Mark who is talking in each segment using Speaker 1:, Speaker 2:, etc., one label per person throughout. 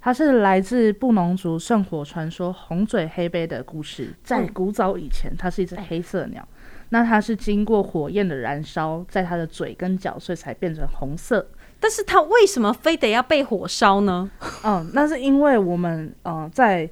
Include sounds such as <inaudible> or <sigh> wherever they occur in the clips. Speaker 1: 它是来自布农族圣火传说红嘴黑背的故事。在古早以前，它是一只黑色鸟，那它是经过火焰的燃烧，在它的嘴跟脚，所以才变成红色。
Speaker 2: 但是它为什么非得要被火烧呢？
Speaker 1: 嗯，那是因为我们呃在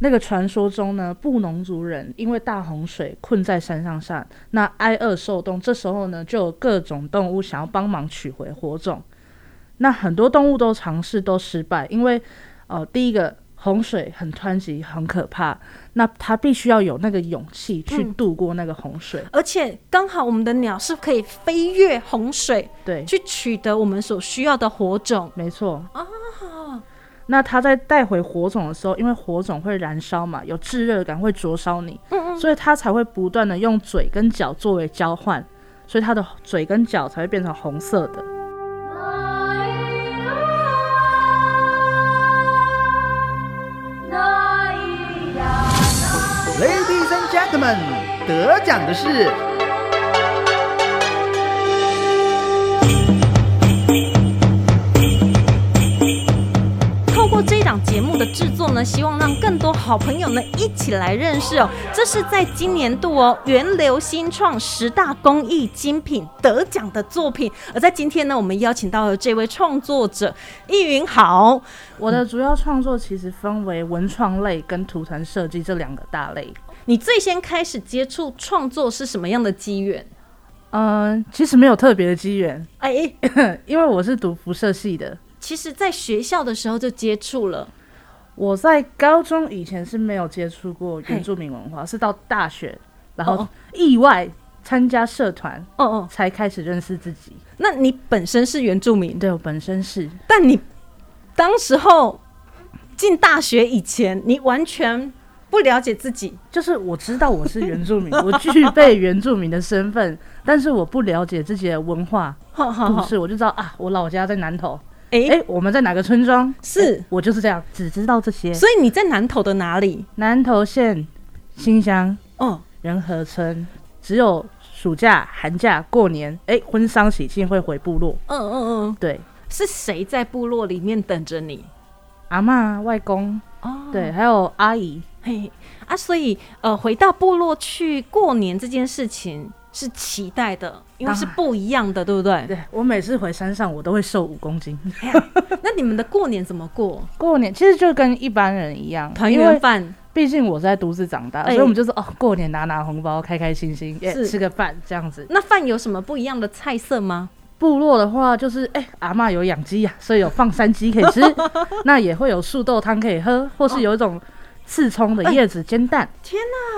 Speaker 1: 那个传说中呢，布农族人因为大洪水困在山上下，那挨饿受冻，这时候呢就有各种动物想要帮忙取回火种，那很多动物都尝试都失败，因为呃第一个洪水很湍急很可怕，那它必须要有那个勇气去
Speaker 2: 嗯
Speaker 1: 度过那个洪水，
Speaker 2: 而且刚好我们的鸟是可以飞越洪水，
Speaker 1: 对，
Speaker 2: 去取得我们所需要的火种。
Speaker 1: 没错啊。那它在带回火种的时候，因为火种会燃烧嘛，有炙热感，会灼烧你，
Speaker 2: 嗯
Speaker 1: 所以它才会不断的用嘴跟脚作为交换，所以它的嘴跟脚才会变成红色的。
Speaker 3: Ladies and gentlemen，得奖的是
Speaker 2: 透过这一档节目的制作呢，希望让更多好朋友呢一起来认识哦。这是在今年度哦源流新创十大公益精品得奖的作品。而在今天呢，我们邀请到了这位创作者易云好。
Speaker 1: 我的主要创作其实分为文创类跟图腾设计这两个大类。
Speaker 2: 你最先开始接触创作是什么样的机缘？
Speaker 1: 嗯、其实没有特别的机缘， <laughs>
Speaker 2: 哎、
Speaker 1: 因为我是读辐射系的。
Speaker 2: 其实，在学校的时候就接触了。
Speaker 1: 我在高中以前是没有接触过
Speaker 2: 嘿
Speaker 1: 原住民文化，是到大学，然
Speaker 2: 哦
Speaker 1: 后
Speaker 2: 哦
Speaker 1: 意外参加社团
Speaker 2: 哦哦，
Speaker 1: 才开始认识自己。
Speaker 2: 那你本身是原住民，
Speaker 1: 对我本身是
Speaker 2: 但你当时候进大学以前，你完全不了解自己。
Speaker 1: 就是我知道我是原住民，我具备原住民的身份， <laughs> 但是我不了解自己的文化
Speaker 2: 哈哈
Speaker 1: 故
Speaker 2: 哈，
Speaker 1: 事，我就知道啊，我老家在南投，
Speaker 2: 哎、
Speaker 1: 哎、我们在哪个村庄？
Speaker 2: 是
Speaker 1: 诶我就是这样，只知道这些。
Speaker 2: 所以你在南投的哪里？
Speaker 1: 南投县新乡
Speaker 2: 哦，
Speaker 1: 仁和村，只有暑假、寒假、过年，哎、婚丧喜庆会回部落。
Speaker 2: 嗯嗯嗯，
Speaker 1: 对，
Speaker 2: 是谁在部落里面等着你？
Speaker 1: 阿嬷、外公，
Speaker 2: 哦，
Speaker 1: 对，还有阿姨，
Speaker 2: 嘿啊，所以呃，回到部落去过年这件事情是期待的，因为
Speaker 1: 当然
Speaker 2: 是不一样的，对不对？
Speaker 1: 对我每次回山上，我都会瘦五公斤。
Speaker 2: 哎呀那你们的过年怎么 <laughs> 过？
Speaker 1: 过年其实就跟一般人一样，
Speaker 2: 团
Speaker 1: 因为
Speaker 2: 圆饭
Speaker 1: 毕竟我是在都市长大，
Speaker 2: 哎
Speaker 1: 所以我们就是哦，过年拿拿红包，开开心心，耶
Speaker 2: 是
Speaker 1: 吃个饭这样子。
Speaker 2: 那饭有什么不一样的菜色吗？
Speaker 1: 部落的话，就是哎、阿嬷有养鸡呀，啊所以有放山鸡可以
Speaker 2: <laughs>
Speaker 1: 吃，那也会有素豆汤可以喝，或是有一种刺葱的叶子煎蛋，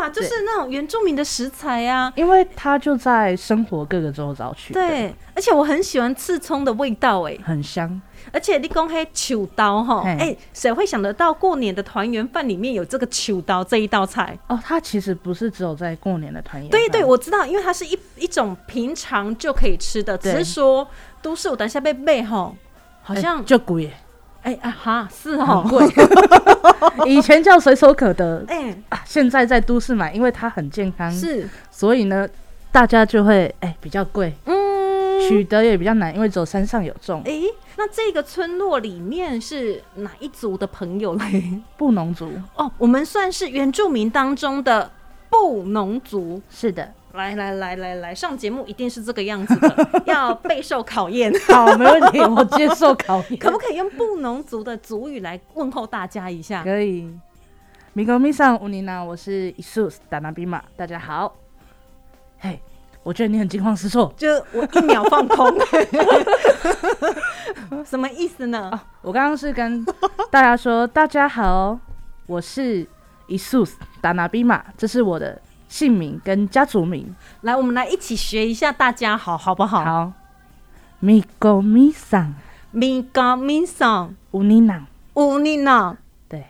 Speaker 2: 啊，就
Speaker 1: 对
Speaker 2: 是那种原住民的食材啊。
Speaker 1: 因为它就在生活各个周遭去，，
Speaker 2: 对，而且我很喜欢刺葱的味道哎，
Speaker 1: 很香。
Speaker 2: 而且你讲黑秋刀哈，
Speaker 1: 嘿
Speaker 2: 哎，谁会想得到过年的团圆饭里面有这个秋刀这一道菜？
Speaker 1: 哦，它其实不是只有在过年的团圆饭，
Speaker 2: 对对，我知道，因为它是一一种平常就可以吃的，只
Speaker 1: 对
Speaker 2: 是说都市我等一下被背吼，
Speaker 1: 好
Speaker 2: 好像
Speaker 1: 哎就贵耶，
Speaker 2: 哎啊哈是
Speaker 1: 很
Speaker 2: 哦，
Speaker 1: 贵。以前叫随手可得，
Speaker 2: <laughs> 哎
Speaker 1: 啊现在在都市买，因为它很健康，
Speaker 2: 是
Speaker 1: 所以呢，大家就会哎、比较贵，
Speaker 2: 嗯
Speaker 1: 取得也比较难，因为只有山上有种
Speaker 2: 哎，那这个村落里面是哪一族的朋友嘞？
Speaker 1: 布农族。
Speaker 2: 哦，我们算是原住民当中的布农族。
Speaker 1: 是的，
Speaker 2: 来来来来来，上节目一定是这个样子的，要备受考验。
Speaker 1: 好，没问题，我接受考验。
Speaker 2: <laughs> 可不可以用布农族的族语来问候大家一下？
Speaker 1: 可以？米格米上乌尼娜，我是伊素斯达纳比马，大家好。嘿，我觉得你很惊慌失措。
Speaker 2: 就我一秒放空， <laughs> 什么意思呢？
Speaker 1: 我刚刚是跟大家说大家好，我是伊素斯达纳比马，这是我的姓名跟家族名。
Speaker 2: 来，我们来一起学一下，大家好好不好？
Speaker 1: 好，米格米上
Speaker 2: 咪嘎咪桑
Speaker 1: 乌尼娜，
Speaker 2: 乌尼娜，
Speaker 1: 对。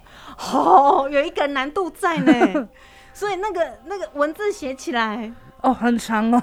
Speaker 2: 哦，有一个难度在呢，所以那个那个文字写起来，
Speaker 1: 哦，很长
Speaker 2: <laughs>
Speaker 1: 哦，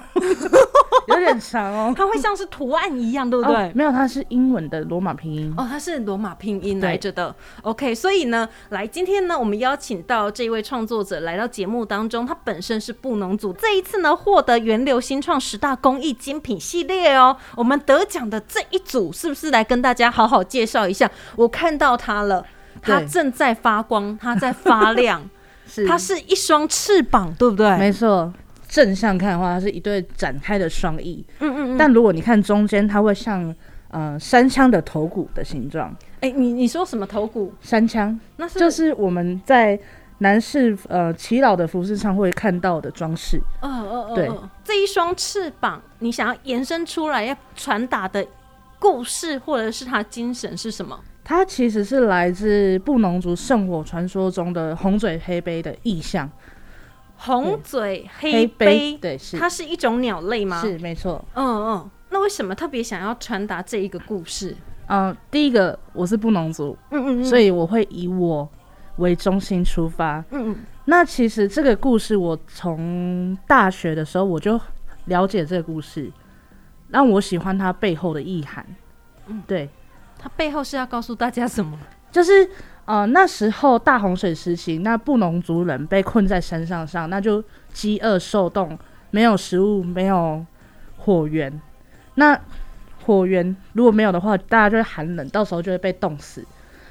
Speaker 1: 有点长哦。
Speaker 2: 它会像是图案一样，对不
Speaker 1: 哦
Speaker 2: 对？
Speaker 1: 没有，它是英文的罗马拼音。
Speaker 2: 哦，它是罗马拼音啊
Speaker 1: 对
Speaker 2: 来着的。OK，所以呢，来今天呢，我们邀请到这位创作者来到节目当中，他本身是布农族，这一次呢获得源流新创十大公益精品系列哦。我们得奖的这一组是不是来跟大家好好介绍一下？我看到他了。它
Speaker 1: 对
Speaker 2: 正在
Speaker 1: <laughs>
Speaker 2: 发光，它在发亮，
Speaker 1: 是
Speaker 2: 它是一双翅膀，对不对？
Speaker 1: 没错。正向看的话，它是一对展开的双翼，
Speaker 2: 嗯嗯嗯。
Speaker 1: 但如果你看中间，它会像呃山枪的头骨的形状。
Speaker 2: 哎、你你说什么头骨？
Speaker 1: 山枪
Speaker 2: 那是
Speaker 1: 就是我们在男士呃祈祷的服饰上会看到的装饰。
Speaker 2: 呃呃呃，
Speaker 1: 对
Speaker 2: 呃这一双翅膀，你想要延伸出来要传达的故事或者是它精神是什么？
Speaker 1: 它其实是来自布农族圣火传说中的红嘴黑杯的意象。
Speaker 2: 红嘴黑
Speaker 1: 黑
Speaker 2: 杯，
Speaker 1: 对是
Speaker 2: 它是一种鸟类吗？，
Speaker 1: 是没错。
Speaker 2: 嗯嗯。那为什么特别想要传达这一个故事？
Speaker 1: 嗯、第一个我是布农族，
Speaker 2: 嗯嗯
Speaker 1: 所以我会以我为中心出发。
Speaker 2: 嗯嗯
Speaker 1: 那其实这个故事，我从大学的时候我就了解这个故事，让我喜欢它背后的意涵。嗯，对，
Speaker 2: 它背后是要告诉大家什么？
Speaker 1: 就是呃那时候大洪水时期，那布农族人被困在山上上，那就饥饿受冻，没有食物，没有火源。那火源如果没有的话，大家就会寒冷，到时候就会被冻死。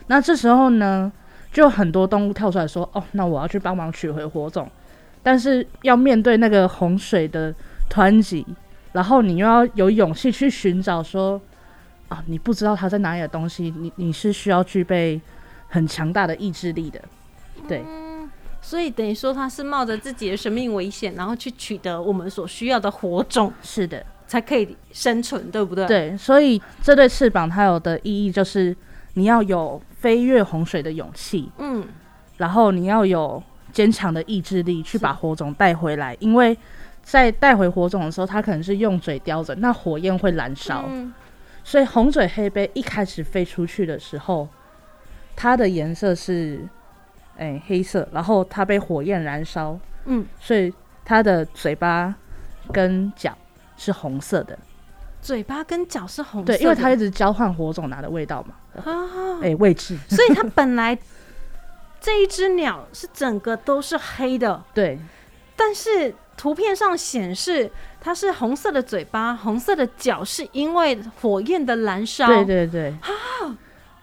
Speaker 1: 那这时候呢，就很多动物跳出来说：“哦，那我要去帮忙取回火种。”但是要面对那个洪水的湍急，然后你又要有勇气去寻找说啊，你不知道它在哪里的东西，你你是需要具备很强大的意志力的。对，
Speaker 2: 所以等于说，它是冒着自己的生命危险，然后去取得我们所需要的火种，
Speaker 1: 是的，
Speaker 2: 才可以生存，对不对？，
Speaker 1: 对，所以这对翅膀它有的意义就是你要有飞越洪水的勇气，
Speaker 2: 嗯，
Speaker 1: 然后你要有坚强的意志力去把火种带回来，因为在带回火种的时候，它可能是用嘴叼着，那火焰会燃烧，
Speaker 2: 嗯
Speaker 1: 所以红嘴黑杯一开始飞出去的时候，它的颜色是哎、黑色，然后它被火焰燃烧，
Speaker 2: 嗯，
Speaker 1: 所以它的嘴巴跟脚是红色的，
Speaker 2: 嘴巴跟脚是红色的，
Speaker 1: 对，因为它一直交换火种拿的味道嘛，
Speaker 2: 啊，
Speaker 1: 哎、位置， <laughs>
Speaker 2: 所以它本来这一只鸟是整个都是黑的，
Speaker 1: 对，
Speaker 2: 但是图片上显示它是红色的嘴巴、红色的脚，是因为火焰的燃烧。
Speaker 1: 对对对，
Speaker 2: 啊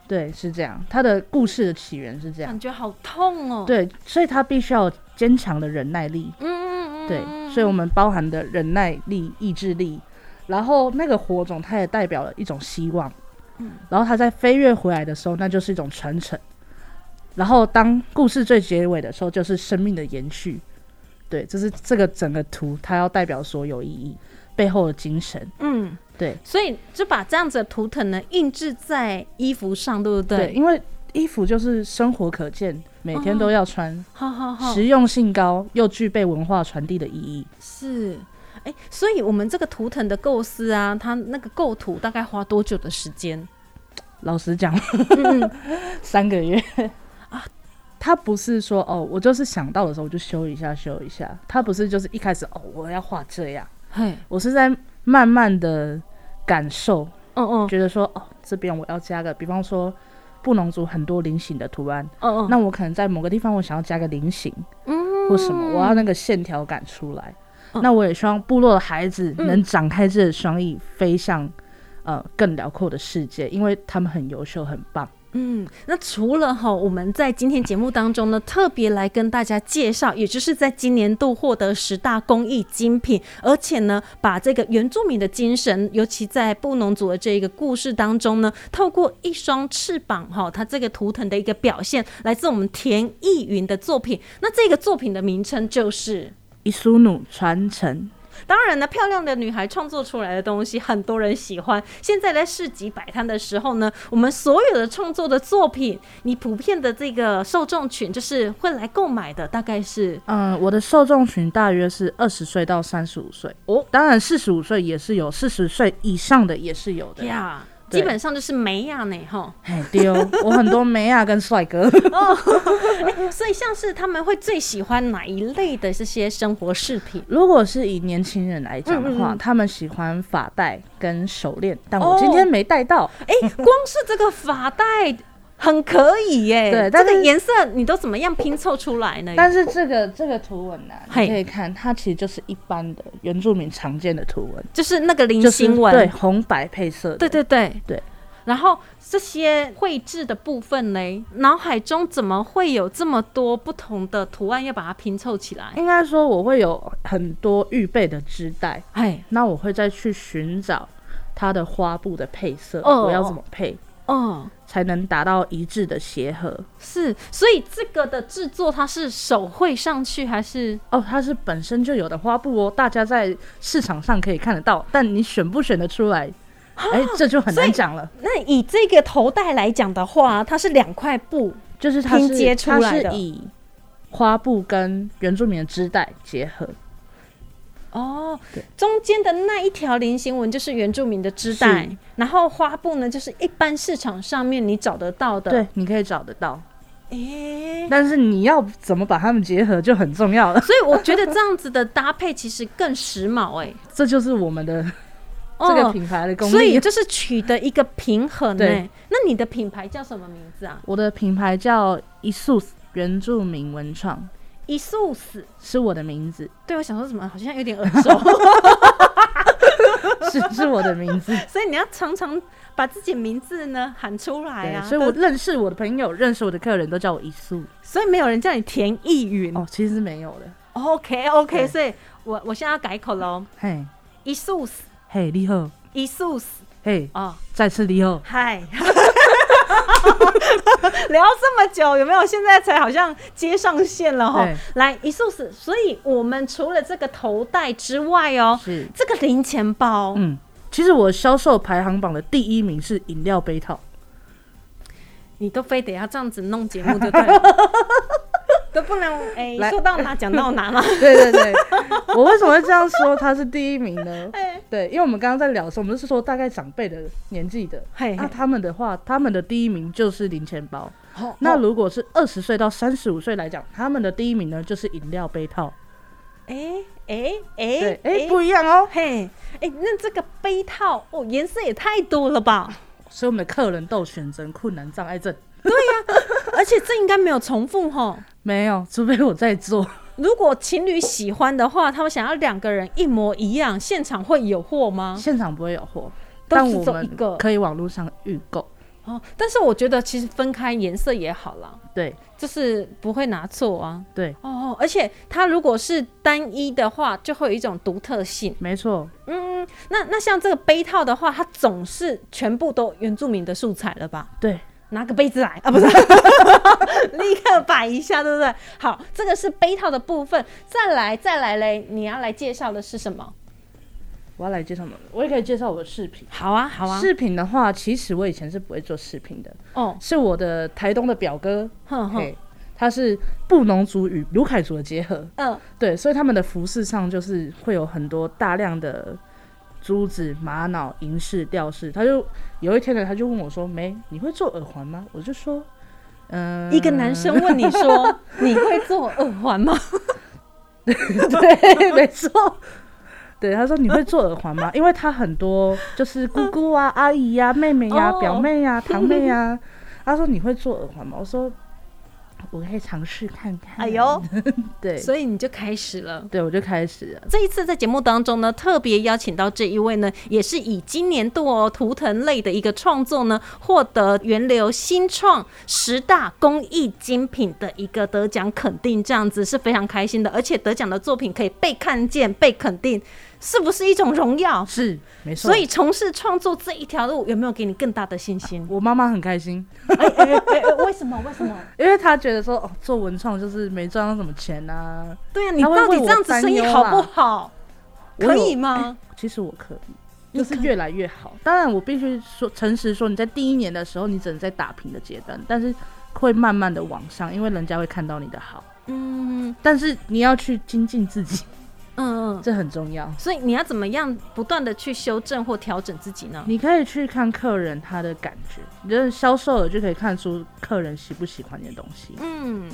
Speaker 1: 对，是这样，它的故事的起源是这样，
Speaker 2: 感觉好痛哦！，
Speaker 1: 对，所以它必须要有坚强的忍耐力，
Speaker 2: 嗯嗯嗯，
Speaker 1: 对，
Speaker 2: 嗯
Speaker 1: 所以我们包含的忍耐力、意志力，然后那个火种它也代表了一种希望，
Speaker 2: 嗯
Speaker 1: 然后它在飞跃回来的时候，那就是一种传承，然后当故事最结尾的时候，就是生命的延续，对，这是这个整个图它要代表所有意义背后的精神，
Speaker 2: 嗯，
Speaker 1: 对
Speaker 2: 所以就把这样子的图腾呢印制在衣服上，对不对？
Speaker 1: 因为衣服就是生活可见，每天
Speaker 2: 嗯
Speaker 1: 都要穿，
Speaker 2: 好好好，
Speaker 1: 实用性高又具备文化传递的意义。
Speaker 2: 是。哎、所以我们这个图腾的构思啊，它那个构图大概花多久的时间？
Speaker 1: 老实讲，
Speaker 2: 嗯嗯
Speaker 1: <laughs> 三个月 <laughs> 啊。他不是说哦，我就是想到的时候我就修一下修一下。他不是就是一开始哦，我要画这样，
Speaker 2: 嘿，
Speaker 1: 我是在慢慢的感受，
Speaker 2: 嗯嗯
Speaker 1: 觉得说哦，这边我要加个，比方说布农族很多菱形的图案，
Speaker 2: 嗯嗯，
Speaker 1: 那我可能在某个地方我想要加个菱形
Speaker 2: 嗯
Speaker 1: 或什么，我要那个线条感出来。
Speaker 2: 嗯
Speaker 1: 那我也希望部落的孩子
Speaker 2: 嗯
Speaker 1: 能展开自己的双翼，飞向呃更辽阔的世界，因为他们很优秀，很棒。
Speaker 2: 嗯，那除了哈，我们在今天节目当中呢，特别来跟大家介绍，也就是在今年度获得十大公益精品，而且呢，把这个原住民的精神，尤其在布农族的这一个故事当中呢，透过一双翅膀哈，它这个图腾的一个表现，来自我们田意云的作品。那这个作品的名称就是。
Speaker 1: 伊苏努传承
Speaker 2: 当然呢，漂亮的女孩创作出来的东西，很多人喜欢。现在在市集摆摊的时候呢，我们所有的创作的作品，你普遍的这个受众群，就是会来购买的，大概是
Speaker 1: 嗯，我的受众群大约是二十岁到三十五岁哦，当然四十五岁也是有，四十岁以上的也是有的。
Speaker 2: 呀。
Speaker 1: 对
Speaker 2: 基本上就是美亚呢，哈，
Speaker 1: 哎，对哦，我很多美亚跟帅哥，
Speaker 2: <laughs> 哎所以像是他们会最喜欢哪一类的这些生活饰品？
Speaker 1: 如果是以年轻人来讲的话，
Speaker 2: 嗯嗯嗯
Speaker 1: 他们喜欢发带跟手链，但
Speaker 2: 哦
Speaker 1: 我今天没带到。
Speaker 2: 哎、光是这个发带很可以耶、
Speaker 1: 对
Speaker 2: 这
Speaker 1: 但是
Speaker 2: 个颜色你都怎么样拼凑出来呢？
Speaker 1: 但是这个这个图文呢、
Speaker 2: 嘿
Speaker 1: 你可以看，它其实就是一般的原住民常见的图文，
Speaker 2: 就是那个菱
Speaker 1: 就是
Speaker 2: 形纹，
Speaker 1: 对红白配色的。
Speaker 2: 对对对
Speaker 1: 对。
Speaker 2: 然后这些绘制的部分嘞，脑海中怎么会有这么多不同的图案要把它拼凑起来？
Speaker 1: 应该说我会有很多预备的织带，
Speaker 2: 哎，
Speaker 1: 那我会再去寻找它的花布的配色，
Speaker 2: 哦
Speaker 1: 我要怎么配
Speaker 2: 哦，
Speaker 1: 才能达到一致的协和？
Speaker 2: 是，所以这个的制作它是手绘上去还是？
Speaker 1: 哦，它是本身就有的花布哦，大家在市场上可以看得到，但你选不选得出来，哎、这就很
Speaker 2: 所以
Speaker 1: 难讲了。
Speaker 2: 那以这个头带来讲的话，它是两块布，
Speaker 1: 就是它是
Speaker 2: 拼接出来的
Speaker 1: 它是以花布跟原住民的织带结合，
Speaker 2: 哦
Speaker 1: 对，
Speaker 2: 中间的那一条菱形纹就是原住民的织带
Speaker 1: 是，
Speaker 2: 然后花布呢就是一般市场上面你找得到的。
Speaker 1: 对，你可以找得到。
Speaker 2: 诶，
Speaker 1: 但是你要怎么把它们结合就很重要了， <laughs>
Speaker 2: 所以我觉得这样子的搭配其实更时髦哎、
Speaker 1: 这就是我们的
Speaker 2: 哦
Speaker 1: 这个品牌的功力。
Speaker 2: 所以就是取得一个平衡哎、
Speaker 1: 对
Speaker 2: 那你的品牌叫什么名字啊？
Speaker 1: 我的品牌叫一素原住民文创，
Speaker 2: 一素死。
Speaker 1: 是我的名字， <laughs>
Speaker 2: 对，我想说怎么好像有点耳熟，
Speaker 1: 是是我的名字。
Speaker 2: 所以你要常常把自己名字呢喊出来
Speaker 1: 对，
Speaker 2: 啊。
Speaker 1: 所以我
Speaker 2: 都
Speaker 1: 认识我的朋友、认识我的客人都叫我一素。
Speaker 2: 所以没有人叫你田意云。
Speaker 1: 哦，其实是没有的。
Speaker 2: OK OK，
Speaker 1: 对
Speaker 2: 所以我我现在要改口喽，
Speaker 1: 嘿，
Speaker 2: 一素死，
Speaker 1: 嘿，你好，
Speaker 2: 一素死
Speaker 1: 嘿，
Speaker 2: 哦，
Speaker 1: 再次你好。
Speaker 2: 嗨。 <laughs> 聊这么久，有没有？现在才好像接上线了哈
Speaker 1: 对。
Speaker 2: 来，一素死，所以我们除了这个头带之外哦，
Speaker 1: 是，
Speaker 2: 这个零钱包，
Speaker 1: 嗯，其实我销售排行榜的第一名是饮料杯套。
Speaker 2: 你都非得要这样子弄节目就对 <laughs> 了，都不能哎、
Speaker 1: 来
Speaker 2: 说到哪讲到哪嘛。
Speaker 1: 对对对， <laughs> 我为什么会这样说它是第一名呢？
Speaker 2: 哎
Speaker 1: 对，因为我们刚刚在聊的时候，我们是说大概长辈的年纪的，
Speaker 2: 嘿
Speaker 1: 那
Speaker 2: 嘿，
Speaker 1: 他们的话，他们的第一名就是零钱包。
Speaker 2: <laughs> 好
Speaker 1: 那如果是二十岁到三十五岁来讲，他们的第一名呢就是饮料杯套。
Speaker 2: 哎哎
Speaker 1: 对
Speaker 2: 哎，
Speaker 1: 哎、不一样哦。
Speaker 2: 嘿，哎、那这个杯套哦，颜色也太多了吧？
Speaker 1: 所以我们的客人都有选择困难障碍症，
Speaker 2: <laughs> 而且这应该没有重复吼。
Speaker 1: 没有，除非我在做。
Speaker 2: 如果情侣喜欢的话，他们想要两个人一模一样，现场会有货吗？
Speaker 1: 现场不会有货，
Speaker 2: 都
Speaker 1: 但
Speaker 2: 只
Speaker 1: 我
Speaker 2: 走
Speaker 1: 们
Speaker 2: 一个
Speaker 1: 可以网络上预购。
Speaker 2: 哦，但是我觉得其实分开颜色也好啦，
Speaker 1: 对
Speaker 2: 就是不会拿错啊。
Speaker 1: 对，
Speaker 2: 哦，而且它如果是单一的话，就会有一种独特性。
Speaker 1: 没错，
Speaker 2: 嗯，那那像这个杯套的话，它总是全部都原住民的素材了吧？
Speaker 1: 对
Speaker 2: 拿个杯子来啊，不是， <laughs> 立刻摆一下，对不对？好，这个是杯套的部分。再来，再来嘞，你要来介绍的是什么？
Speaker 1: 我要来介绍什么？我也可以介绍我的饰品。
Speaker 2: 好啊，好啊，
Speaker 1: 饰品的话，其实我以前是不会做饰品的，
Speaker 2: 哦，
Speaker 1: 是我的台东的表哥，
Speaker 2: 哼哼，
Speaker 1: 嘿他是布农族与卢凯族的结合，
Speaker 2: 嗯，
Speaker 1: 对，所以他们的服饰上就是会有很多大量的珠子、玛瑙、银饰、吊饰。他就有一天呢，他就问我说：“梅，你会做耳环吗？”我就说：“嗯、
Speaker 2: 一个男生问你 <laughs> 说，你会做耳环吗？
Speaker 1: <laughs> 对，没错。对，他说你会做耳环
Speaker 2: <laughs>
Speaker 1: 吗？因为他很多就是姑姑啊、阿姨呀、妹妹呀、
Speaker 2: 哦
Speaker 1: 表妹
Speaker 2: <laughs>
Speaker 1: 呀、堂妹呀、他说你会做耳环吗？我说我可以尝试看看。
Speaker 2: 哎呦，
Speaker 1: 对，
Speaker 2: 所以你就开始了。
Speaker 1: 对我就开始了。
Speaker 2: 这一次在节目当中呢，特别邀请到这一位呢，也是以今年度哦图腾类的一个创作呢，获得源流新创十大公益精品的一个得奖肯定，这样子是非常开心的。而且得奖的作品可以被看见、被肯定，是不是一种荣耀？
Speaker 1: 是，没错。？
Speaker 2: 所以从事创作这一条路，有没有给你更大的信心
Speaker 1: 我妈妈很开心，
Speaker 2: 哎哎哎哎为 <laughs> 什么？为什么？
Speaker 1: 因为她觉得说哦，做文创就是没赚到什么钱啊。
Speaker 2: 对啊，你
Speaker 1: 他会
Speaker 2: 到底
Speaker 1: 为我
Speaker 2: 这样子生意
Speaker 1: 担忧
Speaker 2: 好
Speaker 1: 啦
Speaker 2: 不好？
Speaker 1: 我
Speaker 2: 可
Speaker 1: 有
Speaker 2: 以吗？
Speaker 1: 其实我可以，
Speaker 2: 你
Speaker 1: 就是
Speaker 2: 可
Speaker 1: 越来越好。当然，我必须说诚实说，你在第一年的时候，你只能在打拼的阶段，但是会慢慢的往上，因为人家会看到你的好。
Speaker 2: <laughs> 嗯
Speaker 1: 但是你要去精进自己， <laughs>
Speaker 2: 嗯嗯。
Speaker 1: 这很重要。
Speaker 2: 所以你要怎么样不断的去修正或调整自己呢？
Speaker 1: 你可以去看客人他的感觉，你的销售额就可以看出客人喜不喜欢你的东西。
Speaker 2: 嗯，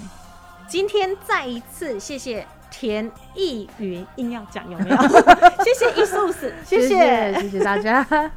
Speaker 2: 今天再一次谢谢田 <laughs> 意云，硬要讲有没有？谢谢伊素斯，谢
Speaker 1: 谢谢谢谢大家。